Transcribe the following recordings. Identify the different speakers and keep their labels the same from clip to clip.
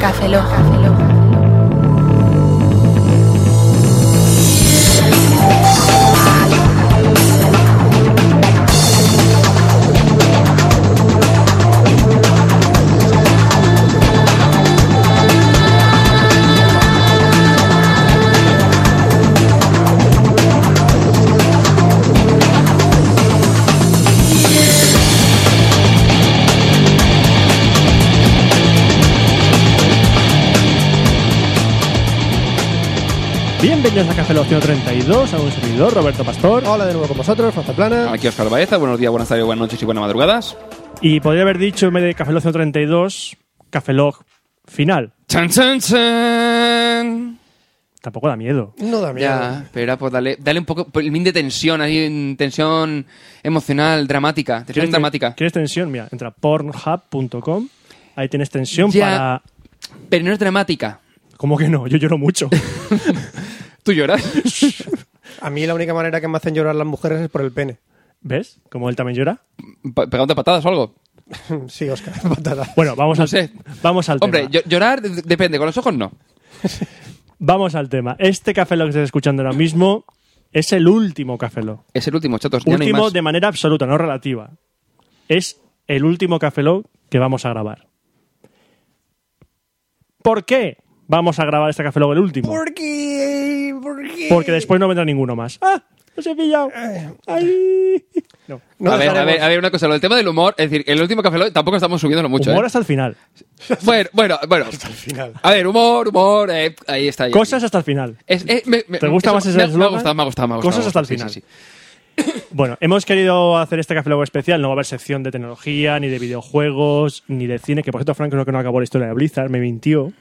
Speaker 1: Café Loja.
Speaker 2: Bienvenidos a Café Lock 132, a un servidor, Roberto Pastor.
Speaker 3: Hola de nuevo con vosotros, Franza Plana.
Speaker 4: Aquí Oscar Baeza, buenos días, buenas tardes, buenas noches y buenas madrugadas.
Speaker 2: Y podría haber dicho en vez de Café Lock 132, Café Lock final.
Speaker 4: ¡Chan, chan, chan!
Speaker 2: Tampoco da miedo.
Speaker 3: No da miedo.
Speaker 4: Ya, pero pues dale, dale un poco, el min de tensión, ahí, en tensión emocional, dramática, tensión dramática.
Speaker 2: ¿Quieres tensión? Mira, entra a pornhub.com. Ahí tienes tensión
Speaker 4: Ya.
Speaker 2: para.
Speaker 4: Pero no es dramática.
Speaker 2: ¿Cómo que no? Yo lloro mucho.
Speaker 4: ¿Tú lloras?
Speaker 3: A mí la única manera que me hacen llorar las mujeres es por el pene.
Speaker 2: ¿Ves? Como él también llora.
Speaker 4: Pa- ¿Pegándote patadas o algo?
Speaker 3: Sí, Oscar, patada.
Speaker 2: Bueno, vamos
Speaker 4: No
Speaker 2: al,
Speaker 4: sé.
Speaker 2: vamos al
Speaker 4: Hombre,
Speaker 2: tema.
Speaker 4: llo- llorar de- depende, con los ojos no.
Speaker 2: Vamos al tema. Este Café Lock que estás escuchando ahora mismo es el último Café Lock.
Speaker 4: Es el último, chatos, ya no hay
Speaker 2: último
Speaker 4: más.
Speaker 2: de manera absoluta, no relativa. Es el último Café Lock que vamos a grabar. ¿Por qué vamos a grabar este Café Lock el último?
Speaker 3: ¿Por qué? ¿Por qué? Eh.
Speaker 2: Porque después no vendrá ninguno más. ¡Ah! ¡Los he pillado! ¡Ay! No.
Speaker 3: No
Speaker 4: a, ver, a
Speaker 3: dejaremos-
Speaker 4: ver, a ver, una cosa, lo del tema del humor, es decir, el último café Lock tampoco estamos subiéndolo mucho.
Speaker 2: Humor
Speaker 4: ¿eh?
Speaker 2: hasta el final.
Speaker 4: Bueno, bueno, bueno.
Speaker 3: Al final.
Speaker 4: A ver, humor, humor, eh, ahí está. ahí.
Speaker 2: Cosas hasta el final.
Speaker 4: Es- eh, me- me-
Speaker 2: ¿Te gusta
Speaker 4: eso
Speaker 2: más ese
Speaker 4: me ha- Me ha
Speaker 2: eslogan?
Speaker 4: gustado, me ha gustado, me ha
Speaker 2: Cosas
Speaker 4: gustado,
Speaker 2: hasta el
Speaker 4: sí, sí,
Speaker 2: final. Ah, Bueno, hemos querido hacer este Café Lock especial. No va a haber sección de tecnología, ni de videojuegos, ni de cine. Que por cierto, Frank creo que no acabó la historia de Blizzard. Me mintió.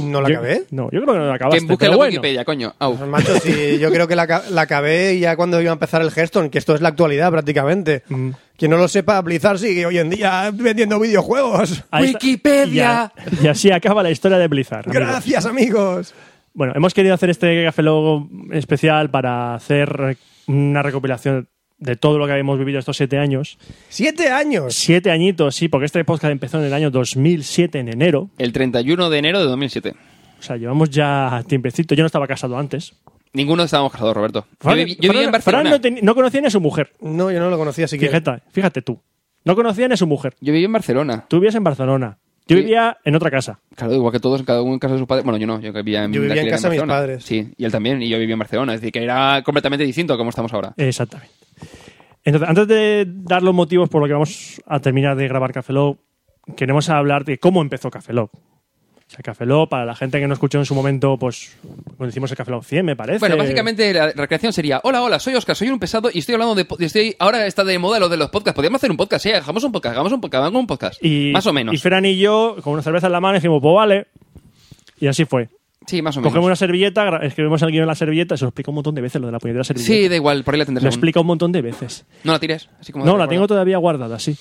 Speaker 3: ¿No la
Speaker 2: Yo-
Speaker 3: acabé?
Speaker 2: No, yo creo que no la
Speaker 4: sí.
Speaker 2: acabaste.
Speaker 4: Que busque
Speaker 2: pero
Speaker 4: la
Speaker 2: bueno.
Speaker 4: Wikipedia, coño. Au.
Speaker 3: Macho, sí, yo creo que la, ca- la acabé ya cuando iba a empezar el Hearthstone, que esto es la actualidad prácticamente. Quien no lo sepa, Blizzard sigue hoy en día vendiendo videojuegos.
Speaker 2: Ahí está.
Speaker 4: Wikipedia.
Speaker 2: Y, a- y así acaba la historia de Blizzard. amigos.
Speaker 3: Gracias, amigos.
Speaker 2: Bueno, hemos querido hacer este Café Logo especial para hacer una recopilación de todo lo que habíamos vivido estos siete años.
Speaker 3: Siete años.
Speaker 2: Siete añitos, sí, porque este podcast empezó en el año 2007, en enero.
Speaker 4: El 31 de enero de 2007.
Speaker 2: O sea, llevamos ya tiempecito. Yo no estaba casado antes.
Speaker 4: Ninguno estábamos casados, Roberto.
Speaker 2: Fran-
Speaker 4: yo vivi- yo vivía en
Speaker 2: Fran- Fran
Speaker 4: Barcelona.
Speaker 2: no, teni- no conocía ni a su mujer.
Speaker 3: No, yo no lo conocía, así que.
Speaker 2: Fíjate, fíjate tú. No conocía ni a su mujer.
Speaker 4: Yo vivía en Barcelona.
Speaker 2: Tú vivías en Barcelona. Yo
Speaker 4: Sí.
Speaker 2: vivía en otra casa.
Speaker 4: Claro, igual que todos, cada uno en casa de sus padres. Bueno, yo no, yo vivía en,
Speaker 3: Yo vivía
Speaker 4: la
Speaker 3: en
Speaker 4: cría
Speaker 3: casa de mis
Speaker 4: Barcelona.
Speaker 3: padres.
Speaker 4: Sí, y él también, y yo vivía en Barcelona. Es decir, que era completamente distinto a como estamos ahora.
Speaker 2: Exactamente. Entonces, antes de dar los motivos por los que vamos a terminar de grabar Café Lock, queremos hablar de cómo empezó Café Lock. O sea, Café Lock, para la gente que no escuchó en su momento, pues, cuando hicimos el Café Lock 100, me parece.
Speaker 4: Bueno, básicamente la recreación sería: Hola, hola, soy Oscar, soy un pesado y estoy hablando de. po- y estoy, ahora está de moda lo de los podcasts. Podríamos hacer un podcast, sí, hagamos un podcast, hagamos un podcast, hagamos un podcast.
Speaker 2: Y,
Speaker 4: más o menos.
Speaker 2: Y Fran y yo, con una cerveza en la mano, dijimos, pues vale. Y así fue.
Speaker 4: Sí, más o menos.
Speaker 2: Cogemos una servilleta, gra- escribimos el guión en la servilleta, se lo explica un montón de veces lo de la puñetera servilleta.
Speaker 4: Sí, da igual, por ahí la tendrás.
Speaker 2: lo
Speaker 4: aún.
Speaker 2: explica un montón de veces.
Speaker 4: No la tires. Así como
Speaker 2: No,
Speaker 4: te
Speaker 2: la tengo
Speaker 4: recuerdo.
Speaker 2: todavía guardada, sí.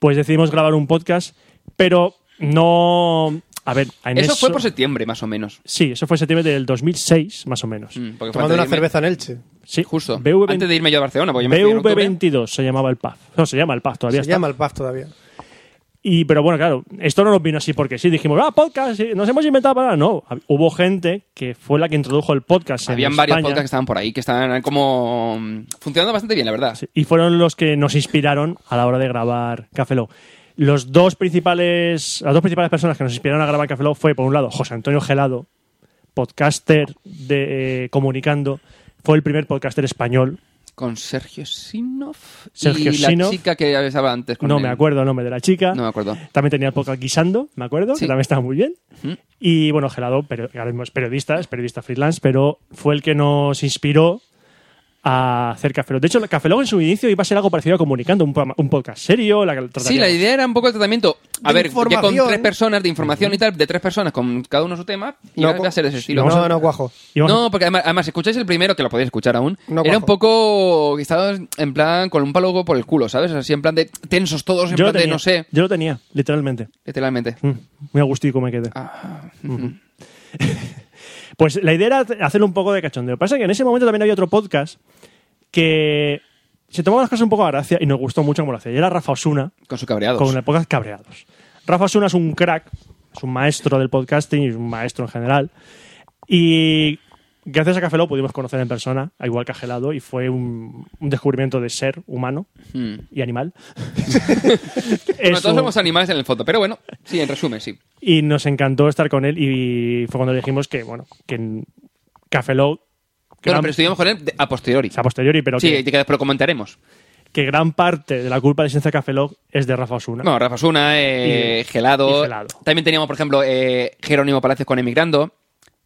Speaker 2: Pues decidimos grabar un podcast, pero no... A ver, en
Speaker 4: Eso fue por septiembre, más o menos.
Speaker 2: Sí, eso fue septiembre del 2006, más o menos.
Speaker 4: Mm, porque fue antes
Speaker 3: Tomando
Speaker 4: de
Speaker 3: una
Speaker 4: irme-
Speaker 3: cerveza en Elche.
Speaker 2: Sí,
Speaker 4: Justo.
Speaker 2: BV20
Speaker 4: Antes de irme yo a Barcelona, porque yo me fui en octubre.
Speaker 2: BV22 se llamaba el PAF. No, se llama el PAF,
Speaker 3: Se
Speaker 2: todavía está.
Speaker 3: llama el PAF todavía.
Speaker 2: Y, pero bueno, claro, esto no nos vino así porque sí, dijimos, ah, podcast, eh, nos hemos inventado para... No, hab- hubo gente que fue la que introdujo el podcast en
Speaker 4: Habían varios
Speaker 2: España,
Speaker 4: podcasts que estaban por ahí, que estaban como mm, funcionando bastante bien, la verdad.
Speaker 2: sí, Y fueron los que nos inspiraron a la hora de grabar Café Lock. Los dos principales, las dos principales personas que nos inspiraron a grabar Café Lock fue, por un lado, José Antonio Gelado, podcaster de eh, Comunicando. Fue el primer podcaster español
Speaker 4: Con Sergio Sinov
Speaker 2: Sergio
Speaker 4: y
Speaker 2: Sinov.
Speaker 4: la chica que estaba antes con
Speaker 2: No
Speaker 4: él.
Speaker 2: me acuerdo el nombre de la chica.
Speaker 4: No me acuerdo.
Speaker 2: También tenía el podcast Guisando, me acuerdo,
Speaker 4: Sí. Mm.
Speaker 2: que también estaba muy bien.
Speaker 4: Ujú.
Speaker 2: Y bueno, Gelado, pero que ahora mismo es periodista, es periodista freelance, pero fue el que nos inspiró a hacer Café Lock. De hecho, Café Lock en su inicio iba a ser algo parecido a Comunicando, un, programa- un podcast serio. La que
Speaker 4: Sí,
Speaker 2: trataríamos.
Speaker 4: la idea era un poco el tratamiento.
Speaker 3: De
Speaker 4: A ver, ya con
Speaker 3: información.
Speaker 4: tres personas de información y tal, de tres personas con cada uno su tema, y
Speaker 3: No,
Speaker 4: iba a ser de ese estilo.
Speaker 3: no, no, guajo.
Speaker 2: Íbamos a-
Speaker 4: No, porque además, además, si escucháis el primero, que lo podéis escuchar aún,
Speaker 3: No,
Speaker 4: era
Speaker 3: guajo.
Speaker 4: un poco. Estaba en plan con un palo por el culo, ¿sabes? Así en plan de tensos todos, en
Speaker 2: yo, lo
Speaker 4: plan de
Speaker 2: tenía,
Speaker 4: no sé,
Speaker 2: yo lo tenía, literalmente.
Speaker 4: literalmente.
Speaker 2: Mm, Muy agustico me quedé.
Speaker 4: Ah,
Speaker 2: Pues la idea era hacer un poco de cachondeo. Pasa que en ese momento también había otro podcast que se tomaba las cosas un poco a gracia y nos gustó mucho como lo hacía. Y era Rafa Osuna.
Speaker 4: con su cabreado.
Speaker 2: con el podcast Cabreados. Rafa Osuna es un crack es un maestro del podcasting y es un maestro en general. Y gracias a Café Lock pudimos conocer en persona, al igual que a Gelado, y fue un, un descubrimiento de ser humano
Speaker 4: Hmm.
Speaker 2: y animal.
Speaker 4: Bueno,
Speaker 2: Eso-
Speaker 4: todos somos animales en el fondo, pero bueno, sí, en resumen, sí.
Speaker 2: y nos encantó estar con él y fue cuando le dijimos que, bueno, que en Café Lock... que
Speaker 4: Bueno,
Speaker 2: gran-
Speaker 4: pero estuvimos con él de- a posteriori.
Speaker 2: o sea, a posteriori, pero
Speaker 4: Sí,
Speaker 2: que,
Speaker 4: que después lo comentaremos.
Speaker 2: que gran parte de la culpa de la existencia de Café Lock es de Rafa Osuna.
Speaker 4: No, Rafa Suna, eh,
Speaker 2: Y-
Speaker 4: Gelado.
Speaker 2: y Gelado.
Speaker 4: También teníamos, por ejemplo, eh, Jerónimo Palacios con Emigrando.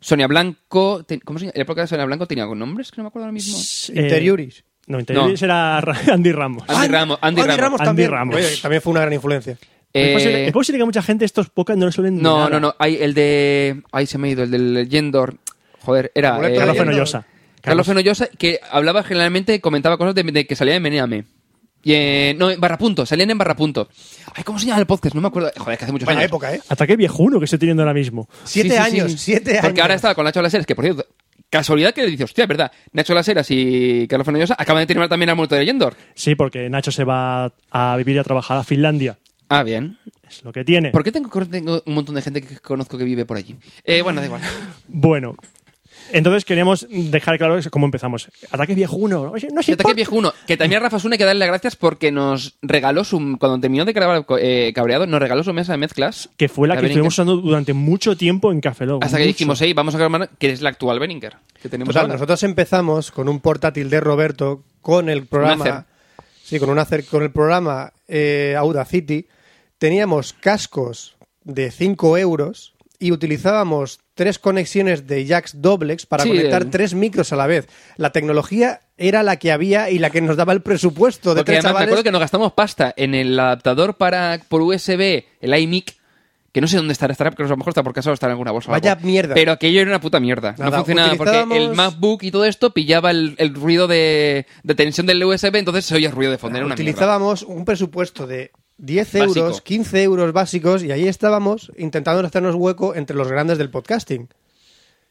Speaker 4: Sonia Blanco. te- ¿Cómo se llama? ¿La época de Sonia Blanco tenía algún nombre? Es que no me acuerdo ahora mismo.
Speaker 2: Eh,
Speaker 3: Interiuris.
Speaker 2: No, Interiuris
Speaker 4: No. Ah,
Speaker 2: era Ra- Andy Ramos.
Speaker 4: Andy Ramos. Andy Ramos.
Speaker 2: Andy
Speaker 3: también.
Speaker 2: Ramos.
Speaker 3: Oye, también fue una gran influencia.
Speaker 4: Eh,
Speaker 2: es, posible, es posible que a mucha gente estos pocas no le suelen
Speaker 4: no,
Speaker 2: nada.
Speaker 4: no, no. Hay el de. Ahí se me ha ido, el del Yendor. Joder, era.
Speaker 3: Carlos
Speaker 2: Carlos
Speaker 3: Eh,
Speaker 2: Fenollosa.
Speaker 4: Carlos Fenollosa, que hablaba generalmente, comentaba cosas de, de que salía en Meneame. Y en, no, en Barrapunto, salían en Barrapunto. Ay, ¿cómo se llama el podcast? No me acuerdo. Joder, es que hace muchos
Speaker 3: Buena
Speaker 4: años.
Speaker 3: época, ¿eh?
Speaker 2: Hasta qué viejuno que estoy teniendo ahora mismo.
Speaker 3: Siete
Speaker 4: Sí, sí, sí,
Speaker 3: años,
Speaker 4: sí.
Speaker 3: siete años.
Speaker 4: Porque ahora estaba con Nacho Laseras, que por cierto, casualidad que le dice, hostia, es verdad, Nacho Laseras y Carlos Fernandosa acaban de terminar también al muerto de Yendor.
Speaker 2: Sí, porque Nacho se va a vivir y a trabajar a Finlandia.
Speaker 4: Ah, bien.
Speaker 2: Es lo que tiene.
Speaker 4: ¿Por qué tengo, tengo un montón de gente que conozco que vive por allí? Eh, bueno, da igual.
Speaker 2: Bueno. Entonces queríamos dejar claro cómo empezamos. Ataque viejuno. Oye, No sé,
Speaker 4: Ataque viejo uno, que también a Rafa Sune hay que darle las gracias porque nos regaló su. Cuando terminó de grabar eh, Cabreado, nos regaló su mesa de mezclas.
Speaker 2: Que fue la que
Speaker 4: Beringer.
Speaker 2: estuvimos usando durante mucho tiempo en Café Lock.
Speaker 4: Hasta que
Speaker 2: Mucho.
Speaker 4: dijimos, eh, hey, vamos a grabar, que es la actual Beringer. Que tenemos
Speaker 3: Total,
Speaker 4: ahora.
Speaker 3: nosotros empezamos con un portátil de Roberto, con el programa.
Speaker 4: Un Acer.
Speaker 3: sí, con un Acer, con el programa eh, Audacity. Teníamos cascos de 5 euros y utilizábamos tres conexiones de jacks doblex para
Speaker 4: Sí,
Speaker 3: conectar
Speaker 4: el-
Speaker 3: tres micros a la vez. La tecnología era la que había y la que nos daba el presupuesto de
Speaker 4: Porque
Speaker 3: tres
Speaker 4: además me
Speaker 3: chavales.
Speaker 4: acuerdo que nos gastamos pasta en el adaptador para por USB, el iMic, que no sé dónde estará, estará, porque a lo mejor está por casa o estará en alguna bolsa. o
Speaker 3: Vaya
Speaker 4: algo.
Speaker 3: mierda.
Speaker 4: Pero aquello era una puta mierda. no
Speaker 3: Nada,
Speaker 4: funcionaba porque el
Speaker 3: utilizábamos-
Speaker 4: MacBook y todo esto pillaba el, el ruido de, de tensión del USB, entonces se oía ruido de fondo. Era una mierda.
Speaker 3: utilizábamos un presupuesto de 10 euros,
Speaker 4: Básico.
Speaker 3: 15 euros básicos y ahí estábamos intentando hacernos hueco entre los grandes del podcasting.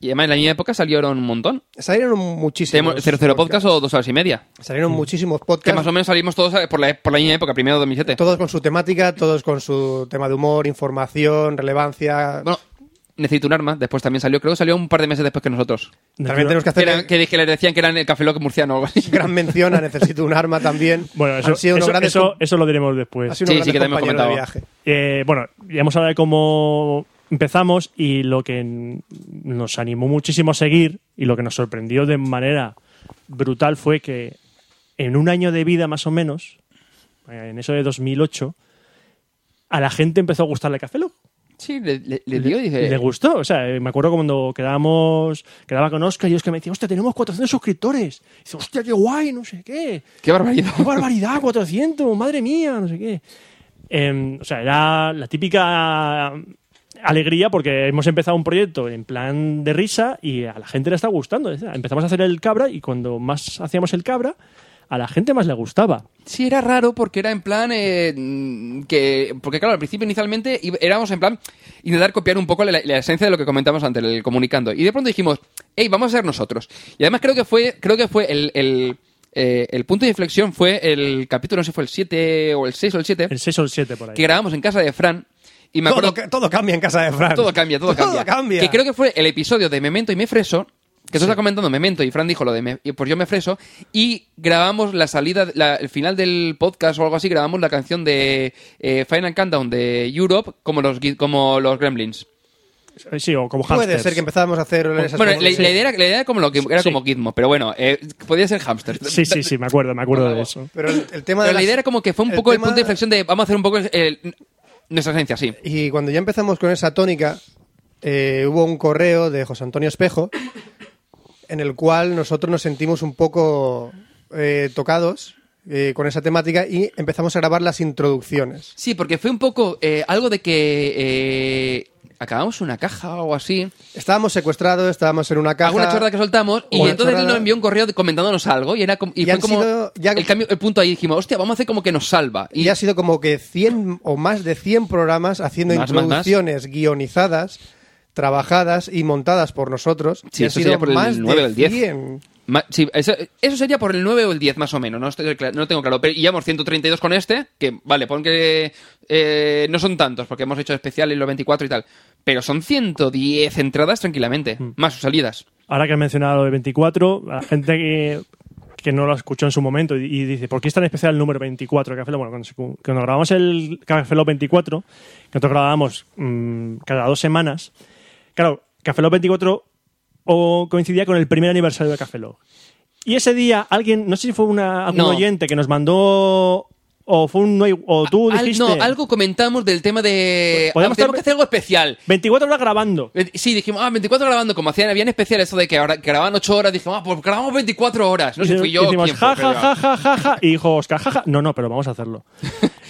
Speaker 4: Y además en la misma época salieron un montón.
Speaker 3: Salieron muchísimos.
Speaker 4: Tenemos 00 podcast o dos horas y media.
Speaker 3: Salieron muchísimos
Speaker 4: Que
Speaker 3: podcasts.
Speaker 4: más o menos salimos todos eh, por la, e- por la misma época, primero 2007.
Speaker 3: Todos con su temática, todos con su tema de humor, información, relevancia.
Speaker 4: Bueno, necesito un arma. Después también salió, creo que salió un par de meses después que nosotros.
Speaker 3: También tenemos que
Speaker 4: Que,
Speaker 3: hacer
Speaker 4: eran- que, que les decían que eran el Café Lock murciano o algo así.
Speaker 3: gran mención a Necesito un arma también.
Speaker 2: Bueno, eso,
Speaker 3: Han sido unos
Speaker 2: eso,
Speaker 3: grandes
Speaker 2: eso-
Speaker 3: com-
Speaker 2: eso lo diremos después.
Speaker 3: han sido unos
Speaker 4: Sí, sí, que
Speaker 3: grandes
Speaker 4: también hemos
Speaker 3: compañeros de
Speaker 4: comentado.
Speaker 3: viaje.
Speaker 2: Eh, bueno, ya hemos hablado de cómo empezamos y lo que n- nos animó muchísimo a seguir y lo que nos sorprendió de manera brutal fue que en un año de vida más o menos, eh, en eso de 2008, a la gente empezó a gustarle Café Lock.
Speaker 4: Sí, le, le- le dio y dice...
Speaker 2: Le gustó, o sea, eh, me acuerdo cuando quedábamos, quedaba con Oscar y Oscar me decía, hostia, tenemos 400 suscriptores. Y dice, hostia, qué guay, no sé qué.
Speaker 4: ¡Qué barbaridad!
Speaker 2: ¡Qué barbaridad! ¡400! ¡Madre mía! No sé qué. Em, o sea, era la típica eh, alegría porque hemos empezado un proyecto en plan de risa y a la gente le está gustando. Es decir, Empezamos a hacer el cabra y cuando más hacíamos el cabra, a la gente más le gustaba.
Speaker 4: Sí, era raro porque era en plan eh, mm, que... Porque claro, al principio inicialmente iba- éramos en plan intentar copiar un poco la, la esencia de lo que comentamos antes, el comunicando. Y de pronto dijimos, hey, vamos a ser nosotros. Y además creo que fue, creo que fue el... el eh, el punto de inflexión fue el capítulo, no sé si fue el 7 o el 6 o el 7,
Speaker 2: El 6 o el 7 por ahí.
Speaker 4: que grabamos en casa de Fran. Y me acuerdo
Speaker 3: Todo, ca- todo cambia en casa de Fran.
Speaker 4: Todo cambia, todo, cambia. Que creo que fue el episodio de Memento y Me Freso, que tú estás comentando Memento y Fran dijo lo de me- y pues yo me freso, y grabamos la salida, la- el final del podcast o algo así, grabamos la canción de eh, Final Countdown de Europe como los, gui- como los Gremlins.
Speaker 2: Sí, o como
Speaker 3: Puede
Speaker 2: hamsters.
Speaker 3: ser que empezábamos a hacer esas
Speaker 4: bueno, la,
Speaker 3: cosas.
Speaker 4: la idea era, la idea era como, lo que, era
Speaker 2: Sí.
Speaker 4: como Gizmo, pero bueno, eh, podía ser hamster.
Speaker 2: Sí, sí, sí, me acuerdo, me acuerdo de eso.
Speaker 3: Pero el, el tema de
Speaker 4: Pero la
Speaker 3: las-
Speaker 4: idea era como que fue un poco el,
Speaker 3: tema-
Speaker 4: punto de inflexión de vamos a hacer un poco el- el- nuestra esencia, sí.
Speaker 3: Y cuando ya empezamos con esa tónica, eh, hubo un correo de José Antonio Espejo en el cual nosotros nos sentimos un poco eh, tocados eh, con esa temática y empezamos a grabar las introducciones.
Speaker 4: Sí, porque fue un poco eh, algo de que eh, acabamos una caja o algo así.
Speaker 3: Estábamos secuestrados, estábamos en una caja.
Speaker 4: alguna chorrada que soltamos y
Speaker 3: Una
Speaker 4: entonces él
Speaker 3: chorrada.
Speaker 4: nos envió un correo de- comentándonos algo y era como, y
Speaker 3: Y
Speaker 4: fue
Speaker 3: han
Speaker 4: como
Speaker 3: sido- ya-
Speaker 4: el cambio el punto ahí dijimos hostia vamos a hacer como que nos salva y
Speaker 3: Y ha sido como que 100 o más de 100 programas haciendo
Speaker 4: Más, más, más.
Speaker 3: introducciones guionizadas, trabajadas y montadas por nosotros. y
Speaker 4: Sí,
Speaker 3: ha
Speaker 4: eso
Speaker 3: sido
Speaker 4: sería por el
Speaker 3: más
Speaker 4: 9 o el
Speaker 3: de
Speaker 4: 10.
Speaker 3: 100.
Speaker 4: Ma- sí, eso, eso sería por el 9 o el 10 más o menos no, estoy cla- no lo tengo claro pero y llevamos 132 con este que vale pon que eh, no son tantos porque hemos hecho especiales los 24 y tal Pero son 110 entradas tranquilamente, más sus salidas.
Speaker 2: Ahora que has mencionado lo de 24, a la gente que, que no lo escuchó en su momento y, y dice, ¿por qué es tan especial el número 24 de Café Lock? Bueno, cuando, se- cuando grabamos el Café Lock 24, que nosotros grabábamos mm, cada dos semanas, claro, Café Lock 24 o coincidía con el primer aniversario de Café Lock. Y ese día alguien, no sé si fue una, algún
Speaker 4: No.
Speaker 2: oyente que nos mandó o fue un no- o tú
Speaker 4: Al-
Speaker 2: dijiste
Speaker 4: no, algo comentamos del tema de. Podemos
Speaker 2: Podemos
Speaker 4: tenemos
Speaker 2: hacer-
Speaker 4: que hacer algo especial.
Speaker 2: 24 horas grabando.
Speaker 4: Eh, Sí, dijimos, ah, 24 grabando, como hacían, habían especial eso de que ahora grababan 8 horas, dijimos, ah, pues grabamos 24 horas. No sé si fui yo.
Speaker 2: Y dijimos,
Speaker 4: quién fue,
Speaker 2: ja, ja,
Speaker 4: pero-
Speaker 2: ja, ja, ja, ja. Y dijo Oscar, ja, ja. No, no, pero vamos a hacerlo.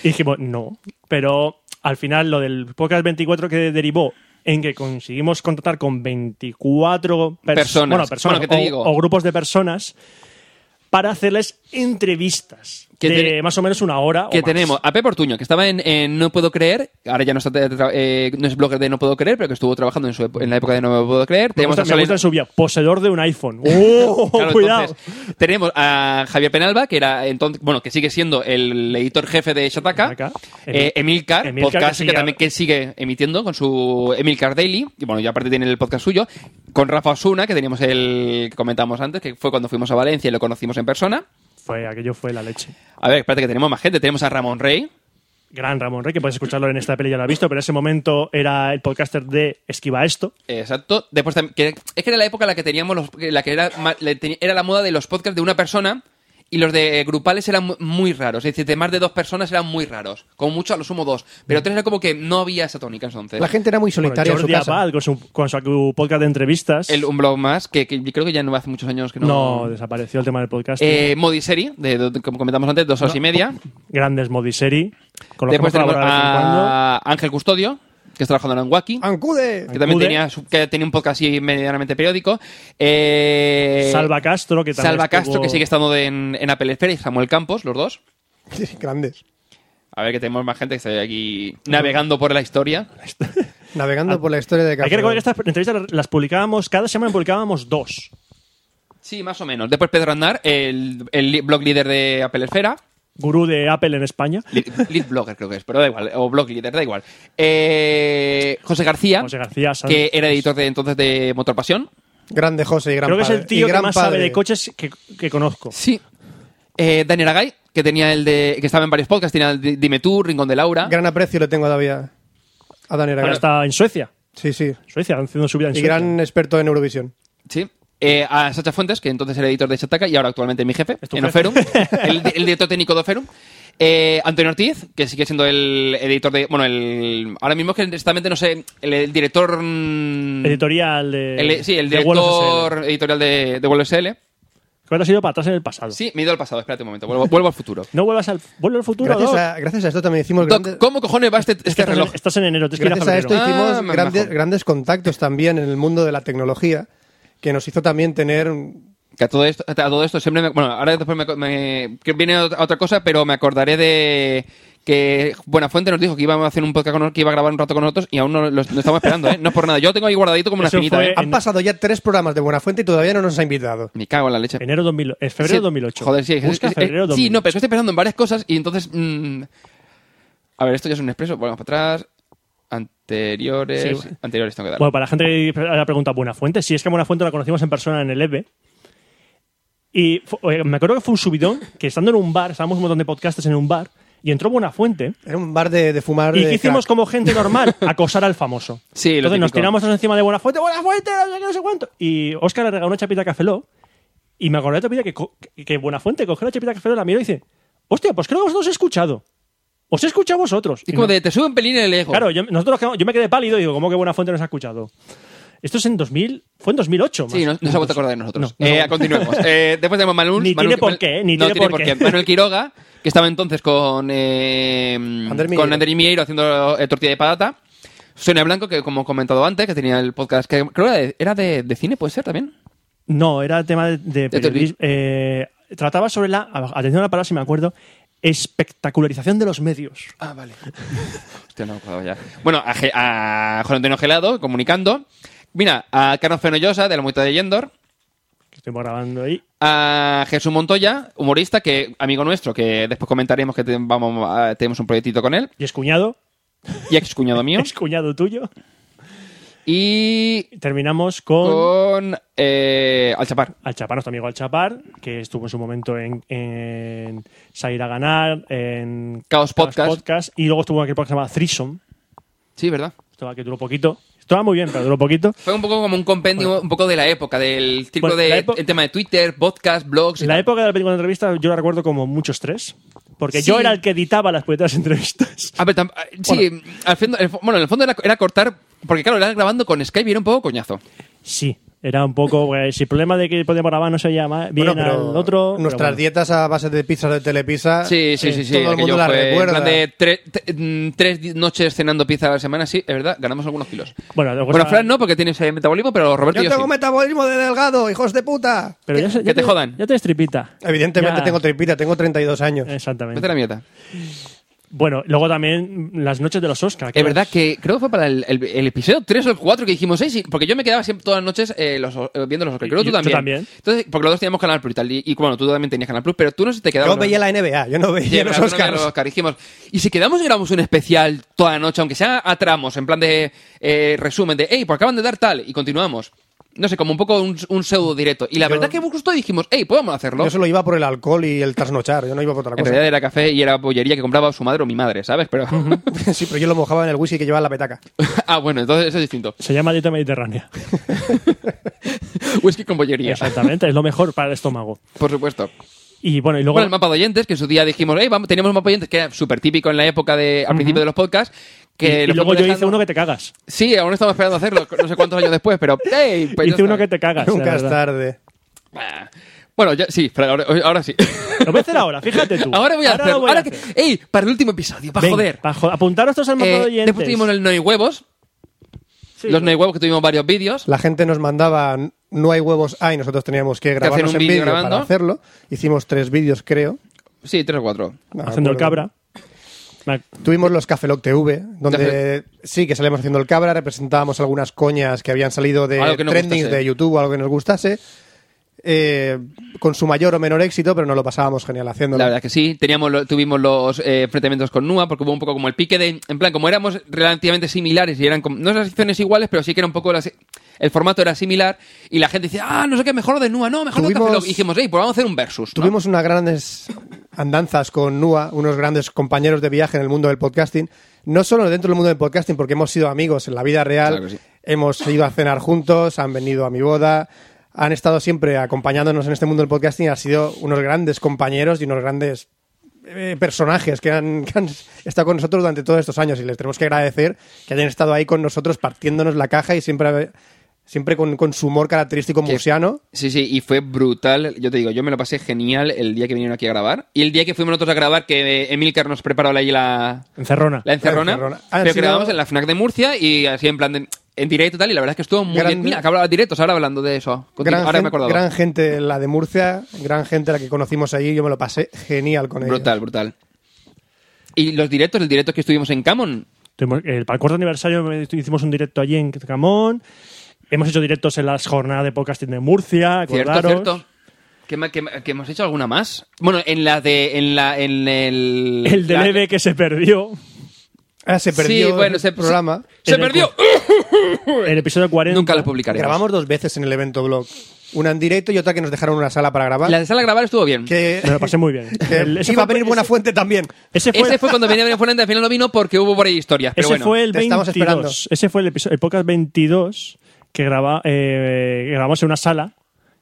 Speaker 2: Y dijimos, no. Pero al final, lo del podcast 24 que derivó en que conseguimos contratar con 24 pers-
Speaker 4: Personas.
Speaker 2: bueno, personas
Speaker 4: Bueno, que te
Speaker 2: o-
Speaker 4: digo.
Speaker 2: o grupos de personas para hacerles entrevistas
Speaker 4: Que
Speaker 2: de
Speaker 4: te-
Speaker 2: más o menos una hora. o
Speaker 4: Que
Speaker 2: más.
Speaker 4: tenemos a Pepe Ortuño, que estaba en, en No Puedo Creer, ahora ya no, está, tra- tra- eh, no es blogger de No Puedo Creer, pero que estuvo trabajando en, su ep- en la época de No Puedo Creer.
Speaker 2: Me
Speaker 4: Tenemos
Speaker 2: gusta,
Speaker 4: a
Speaker 2: me
Speaker 4: Soledad-
Speaker 2: gusta en su vida, poseedor de un iPhone. ¡Oh,
Speaker 4: Claro,
Speaker 2: cuidado!
Speaker 4: entonces, tenemos a Javier Penalba, que era entonces, bueno, que sigue siendo el editor jefe de Shataka,
Speaker 2: Shataka.
Speaker 4: eh, Emilcar,
Speaker 2: Emilcar,
Speaker 4: podcast
Speaker 2: que
Speaker 4: que,
Speaker 2: sigue-
Speaker 4: también que sigue emitiendo con su Emilcar Daily, y bueno, ya aparte tiene el podcast suyo, con Rafa Osuna, que teníamos el que comentamos antes, que fue cuando fuimos a Valencia y lo conocimos en persona.
Speaker 2: Fue, aquello fue la leche.
Speaker 4: A ver, espérate que tenemos más gente, tenemos a Ramón Rey,
Speaker 2: Gran Ramón Rey, que puedes escucharlo en esta peli, ya lo has visto, pero en ese momento era el podcaster de Esquiva Esto.
Speaker 4: Exacto. Después tam- que- es que era la época en la que teníamos los, la que era, ma- le te- era la moda de los podcasts de una persona y los de grupales eran mu- muy raros. Es decir, de más de dos personas eran muy raros. Como mucho a lo sumo dos. Pero tres era como que no había esa tónica entonces.
Speaker 3: La gente era muy
Speaker 2: Bueno,
Speaker 3: solitaria
Speaker 2: Jordi
Speaker 3: en su casa.
Speaker 2: Abad con su, con su podcast de entrevistas.
Speaker 4: El, un blog más que, que yo creo que ya no hace muchos años que no.
Speaker 2: no, desapareció el tema del podcast.
Speaker 4: eh, Modiseri, de, de- como comentamos antes, dos horas y media.
Speaker 2: Grandes Modiseri, con los que
Speaker 4: Después
Speaker 2: hemos
Speaker 4: tenemos
Speaker 2: colaborado de vez en cuando.
Speaker 4: a Ángel Custodio, que está trabajando en Wacky.
Speaker 3: ¡Ancude!
Speaker 4: Que también
Speaker 2: Ancude.
Speaker 4: tenía, su- que tenía un podcast así medianamente periódico. Eh,
Speaker 2: Salva Castro, que también
Speaker 4: Salva
Speaker 2: estuvo-
Speaker 4: Castro, que sigue estando de- en, en Apple Esfera, y Samuel Campos, los dos.
Speaker 3: Grandes.
Speaker 4: A ver, que tenemos más gente que está aquí navegando por la historia.
Speaker 3: Navegando por la historia de
Speaker 2: Ah, Hay que
Speaker 3: Café
Speaker 2: recordar que
Speaker 3: Lock.
Speaker 2: estas entrevistas las- las publicábamos, cada semana publicábamos dos.
Speaker 4: Sí, más o menos. Después Pedro Andar, el, el li- blog líder de Apple Esfera.
Speaker 2: Gurú de Apple en España.
Speaker 4: Lead, lead blogger creo que es, pero da igual. O blog líder, da igual. Eh, José García,
Speaker 2: José García Sanz.
Speaker 4: que era editor de entonces de Motor Pasión.
Speaker 3: Grande José y gran
Speaker 2: Creo que es
Speaker 3: padre.
Speaker 2: el tío
Speaker 3: Y
Speaker 2: que
Speaker 3: gran
Speaker 2: más
Speaker 3: padre.
Speaker 2: sabe de coches que, que conozco.
Speaker 4: Sí. Eh, Daniel Agay, que tenía el de. que estaba en varios podcasts, tenía el de Dime tú, Rincón de Laura.
Speaker 3: Gran aprecio le tengo todavía a Daniel
Speaker 2: Ahora
Speaker 3: Agard.
Speaker 2: está en Suecia.
Speaker 3: Sí, sí.
Speaker 2: Suecia, haciendo su vida en
Speaker 3: Y
Speaker 2: Suecia.
Speaker 3: gran experto en Eurovisión.
Speaker 4: Sí. Eh, a Sacha Fuentes, que entonces era editor de Chataka y ahora actualmente mi jefe,
Speaker 2: Es tu
Speaker 4: en
Speaker 2: jefe.
Speaker 4: Oferum, el, el director técnico de Oferum. Eh, Antonio Ortiz, que sigue siendo el editor de. Bueno, el, ahora mismo es que exactamente no sé, el, el director. mm,
Speaker 2: Editorial de.
Speaker 4: el- eh, sí, el
Speaker 2: eh, de Wall of
Speaker 4: director
Speaker 2: SL.
Speaker 4: editorial de, de World SL.
Speaker 2: Que ahora has ido para atrás en el pasado.
Speaker 4: Sí, me he ido al pasado, espérate un momento, vuelvo, vuelvo al futuro.
Speaker 2: No vuelvas al, vuelve al futuro.
Speaker 3: Gracias
Speaker 2: Doc.
Speaker 3: a, gracias a esto también hicimos
Speaker 4: Doc,
Speaker 3: grandes,
Speaker 4: ¿Cómo cojones va este,
Speaker 2: Es que
Speaker 4: este
Speaker 2: estás,
Speaker 4: reloj?
Speaker 2: en, estás en enero, tienes que ir a
Speaker 3: gracias a esto
Speaker 4: Ah,
Speaker 2: febrero.
Speaker 3: hicimos
Speaker 4: me
Speaker 3: grandes,
Speaker 4: majo.
Speaker 3: grandes contactos también en el mundo de la tecnología que nos hizo también tener un-
Speaker 4: Que a todo esto, a todo esto siempre me, bueno, ahora después me, me- que viene a otra cosa, pero me acordaré de que Buenafuente nos dijo que íbamos a hacer un podcast con nos- que iba a grabar un rato con nosotros y aún no lo, lo estamos esperando, ¿eh? No es por nada. Yo lo tengo ahí guardadito como una
Speaker 2: Eso
Speaker 4: finita,
Speaker 2: fue
Speaker 4: ¿eh?
Speaker 2: en-
Speaker 3: han pasado ya tres programas de Buenafuente y todavía no nos ha invitado
Speaker 4: Me cago en la leche.
Speaker 2: Enero 2000, es febrero
Speaker 4: Sí,
Speaker 2: de 2008.
Speaker 4: Joder, sí. es-
Speaker 2: Busca
Speaker 4: es- es-
Speaker 2: febrero
Speaker 4: sí,
Speaker 2: 2008.
Speaker 4: no, pero es que estoy pensando en varias cosas y entonces... mm, a ver, esto ya es un expreso. Volvamos para atrás. Anteriores.
Speaker 2: Sí.
Speaker 4: Anteriores tengo que dar.
Speaker 2: Bueno, para la gente que la pregunta Buenafuente, sí, es que a Buenafuente la conocimos en persona en el EVE. Y fu- eh, me acuerdo que fue un subidón, que estando en un bar, estábamos un montón de podcasters en un bar, y entró Buenafuente.
Speaker 3: era un bar de, de fumar
Speaker 2: ¿Y
Speaker 3: de
Speaker 2: qué hicimos
Speaker 3: crack.
Speaker 2: como gente normal? Acosar al famoso.
Speaker 4: Sí, lo
Speaker 2: Entonces nos
Speaker 4: típico.
Speaker 2: tiramos todos encima de Buenafuente, Buenafuente, no sé qué, no sé cuánto. Y Óscar le regaló una chapita a Café Lock, y me acordé de otra que, co- que- que Buenafuente cogió la chapita a Café Lock, la miró y dice, hostia, pues creo que vosotros he escuchado. Os he escuchado a vosotros.
Speaker 4: es
Speaker 2: Y
Speaker 4: como
Speaker 2: no-
Speaker 4: de... Te sube un pelín el ego.
Speaker 2: Claro, yo, nosotros, nos quedamos- yo me quedé pálido y digo, ¿cómo que Buenafuente nos ha escuchado? Esto es en 2000, fue en 2008.
Speaker 4: Sí, no,
Speaker 2: más.
Speaker 4: no se ha vuelto a acordar de nosotros.
Speaker 2: No, no.
Speaker 4: Eh, continuemos. Eh, después tenemos Manuel.
Speaker 2: Ni
Speaker 4: Manuel-
Speaker 2: tiene por qué, ni
Speaker 4: no
Speaker 2: tiene por qué.
Speaker 4: Manuel Quiroga, que estaba entonces con, eh,
Speaker 3: Ander Mieiro.
Speaker 4: con Ander Mieiro haciendo eh, tortilla de patata. Sonia Blanco, que como he comentado antes, que tenía el podcast que creo era de, era de, de cine, puede ser también.
Speaker 2: No, era tema de, de
Speaker 4: De
Speaker 2: periodismo. Eh, trataba sobre la, atención a la palabra si me acuerdo, espectacularización de los medios.
Speaker 4: Ah, vale. Hostia, no me acordaba ya. Bueno, a, Ge- a Juan Antonio Gelado, comunicando. Mira, a Carlos Fenollosa, de la Muita de Yendor.
Speaker 2: Que estoy grabando ahí.
Speaker 4: A Jesús Montoya, humorista, que amigo nuestro, que después comentaremos que te- vamos a- tenemos un proyectito con él.
Speaker 2: Y es cuñado,
Speaker 4: Y ex cuñado mío.
Speaker 2: es cuñado tuyo.
Speaker 4: Y
Speaker 2: Terminamos con,
Speaker 4: con eh, Al Chapar.
Speaker 2: Al Chapar, nuestro amigo Al Chapar, que estuvo en su momento en, en Salir a Ganar, en
Speaker 4: Caos Podcast.
Speaker 2: y luego estuvo en aquel podcast que se llamaba Threesome,
Speaker 4: Sí, ¿verdad?
Speaker 2: esto que duró poquito. Estaba muy bien, pero duró poquito.
Speaker 4: Fue un poco como un compendio un poco de la época, del tipo
Speaker 2: Bueno,
Speaker 4: de
Speaker 2: la epo-
Speaker 4: el tema de Twitter, podcast, blogs. y
Speaker 2: La
Speaker 4: tal.
Speaker 2: época de la película de entrevista yo la recuerdo como mucho estrés, porque
Speaker 4: Sí.
Speaker 2: yo era el que editaba las puñeteras entrevistas.
Speaker 4: A ver, tam- ah, sí, al fondo- el fo- bueno, en el fondo era, era cortar, porque claro, era grabando con Skype y era un poco coñazo.
Speaker 2: Sí, era un poco. pues, si el problema de que podíamos grabar no se llama bien
Speaker 3: Bueno, pero
Speaker 2: al otro. pero
Speaker 3: nuestras
Speaker 2: bueno.
Speaker 3: dietas a base de pizzas de telepizza.
Speaker 4: Sí, sí, sí,
Speaker 3: Ah,
Speaker 4: sí.
Speaker 3: eh, Todo el
Speaker 4: aquello
Speaker 3: mundo las
Speaker 4: fue en
Speaker 3: recuerda.
Speaker 4: plan de tre- te- mm, tres di- noches cenando pizza a la semana, sí, es verdad, ganamos algunos kilos.
Speaker 2: Bueno, luego
Speaker 4: Bueno,
Speaker 2: está-
Speaker 4: Fran no, porque tienes eh, metabolismo, pero Roberto
Speaker 3: Yo
Speaker 4: y yo
Speaker 3: tengo
Speaker 4: sí.
Speaker 3: metabolismo de delgado, hijos de puta.
Speaker 2: Pero ya, se-
Speaker 4: que
Speaker 2: ya
Speaker 4: te jodan.
Speaker 2: Ya te estripita.
Speaker 3: Evidentemente
Speaker 2: Ya-
Speaker 3: tengo tripita, tengo 32 años.
Speaker 4: Vete a la
Speaker 2: Exactamente.
Speaker 4: mierda.
Speaker 2: Bueno, luego también las noches de los Oscars.
Speaker 4: Es verdad que creo que fue para el, el- el episodio 3 o el 4 que dijimos, "Ey, sí", porque yo me quedaba siempre todas las noches eh, los- eh, viendo los Oscars. Creo que tú
Speaker 2: Yo- yo
Speaker 4: también.
Speaker 2: también.
Speaker 4: Entonces, porque los dos teníamos Canal Plus y tal. Y, y, bueno, tú también tenías Canal Plus, pero tú no se te quedabas.
Speaker 3: Yo veía la NBA, yo no veía
Speaker 4: Sí,
Speaker 3: los
Speaker 4: pero tú no veías
Speaker 3: Oscars.
Speaker 4: los Oscars. Dijimos, y si quedamos y grabamos un especial toda la noche, aunque sea a tramos, en plan de eh, resumen de, hey, pues acaban de dar tal, y continuamos. No sé, como un poco un, un pseudo directo. Y la
Speaker 3: Yo-
Speaker 4: verdad que me gustó y dijimos, hey, podemos hacerlo.
Speaker 3: Yo solo iba por el alcohol y el trasnochar, yo no iba por otra
Speaker 4: En
Speaker 3: cosa.
Speaker 4: realidad era café y era bollería que compraba su madre o mi madre, ¿sabes? Pero.
Speaker 3: Sí, pero yo lo mojaba en el whisky que llevaba en la petaca.
Speaker 4: ah, bueno, entonces eso es distinto.
Speaker 2: Se llama dieta mediterránea.
Speaker 4: Whisky con bollería.
Speaker 2: Exactamente, es lo mejor para el estómago.
Speaker 4: Por supuesto.
Speaker 2: Y bueno, y luego.
Speaker 4: Bueno, el mapa de oyentes, que en su día dijimos, hey, vamos, teníamos un mapa de oyentes, que era súper típico en la época de, al principio de los podcasts.
Speaker 2: y-
Speaker 4: Que
Speaker 2: y
Speaker 4: lo
Speaker 2: luego
Speaker 4: fuimos
Speaker 2: yo hice
Speaker 4: dejando-
Speaker 2: uno que te cagas.
Speaker 4: Sí, aún estamos esperando hacerlo, no sé cuántos años después, pero. ¡Ey! pues ya
Speaker 2: hice uno
Speaker 4: está.
Speaker 2: que te cagas. la
Speaker 3: Nunca es
Speaker 2: verdad.
Speaker 3: tarde.
Speaker 4: Ah. Bueno, ya, sí, pero ahora, ahora sí.
Speaker 2: Lo voy a hacer ahora, fíjate tú.
Speaker 4: ahora voy a
Speaker 2: lo
Speaker 4: hacerlo.
Speaker 2: voy a
Speaker 4: Ahora
Speaker 2: hacer.
Speaker 4: que- ¡Ey! Para el último episodio, para
Speaker 2: Ven,
Speaker 4: joder.
Speaker 2: pa' jo- Apuntaros todos al mapa
Speaker 4: Eh,
Speaker 2: de oyentes.
Speaker 4: después tuvimos el No hay huevos.
Speaker 2: Sí, Ah,
Speaker 4: los No hay huevos que tuvimos varios vídeos.
Speaker 3: La gente nos mandaba no hay huevos ahí, nosotros teníamos que grabarnos
Speaker 4: un
Speaker 3: en
Speaker 4: vídeo
Speaker 3: vídeo
Speaker 4: grabando.
Speaker 3: para hacerlo. Hicimos tres vídeos, creo.
Speaker 4: Sí, tres o cuatro.
Speaker 3: No me
Speaker 2: Haciendo el
Speaker 3: acuerdo.
Speaker 2: cabra. Me ac-
Speaker 3: Tuvimos los Cafeloc TV, donde sí que salíamos haciendo el cabra, representábamos algunas coñas que habían salido de
Speaker 4: Algo que nos
Speaker 3: trendings
Speaker 4: gustase.
Speaker 3: de YouTube, algo que nos gustase, eh, con su mayor o menor éxito, pero nos lo pasábamos genial haciéndolo.
Speaker 4: La verdad que sí, teníamos lo- tuvimos los eh, enfrentamientos con Nua, porque hubo un poco como el pique de. En plan, como éramos relativamente similares y eran como- no las secciones iguales, pero sí que era un poco. las- el formato era similar y la gente decía, ah, no sé qué, mejor de Nua, no, mejor de
Speaker 3: Tuvimos-
Speaker 4: Café Lock". Y dijimos, hey, pues vamos a hacer un versus. ¿no?
Speaker 3: Tuvimos unas grandes andanzas con Nua, unos grandes compañeros de viaje en el mundo del podcasting. No solo dentro del mundo del podcasting, porque hemos sido amigos en la vida real.
Speaker 4: Claro que sí.
Speaker 3: Hemos ido a cenar juntos, han venido a mi boda, han estado siempre acompañándonos en este mundo del podcasting. Han sido unos grandes compañeros y unos grandes eh, personajes que han, que han estado con nosotros durante todos estos años y les tenemos que agradecer que hayan estado ahí con nosotros partiéndonos la caja y siempre, siempre con, con su humor característico murciano.
Speaker 4: Sí, sí, y fue brutal. Yo te digo, yo me lo pasé genial el día que vinieron aquí a grabar. Y el día que fuimos nosotros a grabar, que eh, Emilcar nos preparó ahí la,
Speaker 2: Encerrona.
Speaker 4: la encerrona.
Speaker 3: La encerrona. Ah, Han
Speaker 4: Pero que
Speaker 3: sido-
Speaker 4: grabamos en la FNAC de Murcia y así en plan de- en directo y tal. Y la verdad es que estuvo muy bien.
Speaker 3: Grande.
Speaker 4: Mira, que hablaba directos ahora hablando de eso. Continu-
Speaker 3: Gran,
Speaker 4: Pues ahora me he
Speaker 3: gen-
Speaker 4: acordado.
Speaker 3: gran gente la de Murcia, gran gente la que conocimos allí, yo me lo pasé genial con ellos.
Speaker 4: Brutal, brutal. Y los directos, el directo que estuvimos en Camon.
Speaker 2: Tuvimos- eh, para el cuarto aniversario eh, hicimos un directo allí en Camón. Hemos hecho directos en las jornadas de podcasting de Murcia.
Speaker 4: Cierto,
Speaker 2: acordaros.
Speaker 4: cierto. Que, ma- que ma- que hemos hecho alguna más. Bueno, en la de. En la, en el,
Speaker 2: El de
Speaker 4: la-
Speaker 2: Leve que se perdió.
Speaker 3: Ah, se perdió
Speaker 4: Sí, bueno,
Speaker 3: el
Speaker 4: se,
Speaker 3: programa.
Speaker 4: Se, se
Speaker 2: En el
Speaker 4: perdió. Uh,
Speaker 2: El episodio 40.
Speaker 4: Nunca lo publicaremos.
Speaker 3: Grabamos dos veces en el evento blog. Una en directo y otra que nos dejaron una sala para grabar.
Speaker 4: La de sala a grabar estuvo bien.
Speaker 3: Que,
Speaker 2: Me lo pasé muy bien.
Speaker 3: que
Speaker 2: El- ese
Speaker 3: iba a
Speaker 2: fue-
Speaker 3: venir Buena
Speaker 2: ese-
Speaker 3: Fuente también.
Speaker 2: Ese fue,
Speaker 4: Ese fue cuando venía Benny Fuente, al final no vino porque hubo por ahí historias. Pero
Speaker 2: ese
Speaker 4: bueno,
Speaker 2: fue el
Speaker 3: te estamos
Speaker 2: 22. Ese fue el, episodio, el podcast 22 que, graba, eh, que grabamos en una sala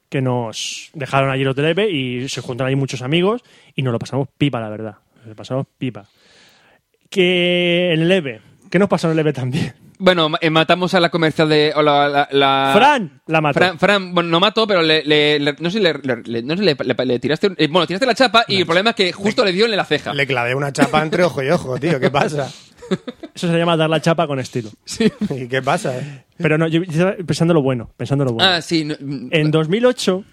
Speaker 2: que nos dejaron allí los de Leve y se juntaron allí muchos amigos y nos lo pasamos pipa, la verdad. Nos lo pasamos pipa. Que el Leve. ¿Qué nos pasó en el Leve también?
Speaker 4: bueno, ma- eh, matamos a la comercial de. o la- la- la-
Speaker 2: Fran la mató.
Speaker 4: Ah, Fran, Fran, bueno, no mato, pero le, le- le- no sé, le, le- le- no sé, le- le- le tiraste. un- eh, bueno, tiraste la chapa y el problema es que justo le dio en la ceja.
Speaker 3: Le clavé una chapa entre ojo y ojo, tío. ¿Qué pasa?
Speaker 2: Eso se llama dar la chapa con estilo.
Speaker 3: ¿Y qué pasa? eh?
Speaker 2: Pero no, yo estaba pensando lo bueno, pensando lo bueno.
Speaker 4: Ah, sí. no, mm,
Speaker 2: En 2008,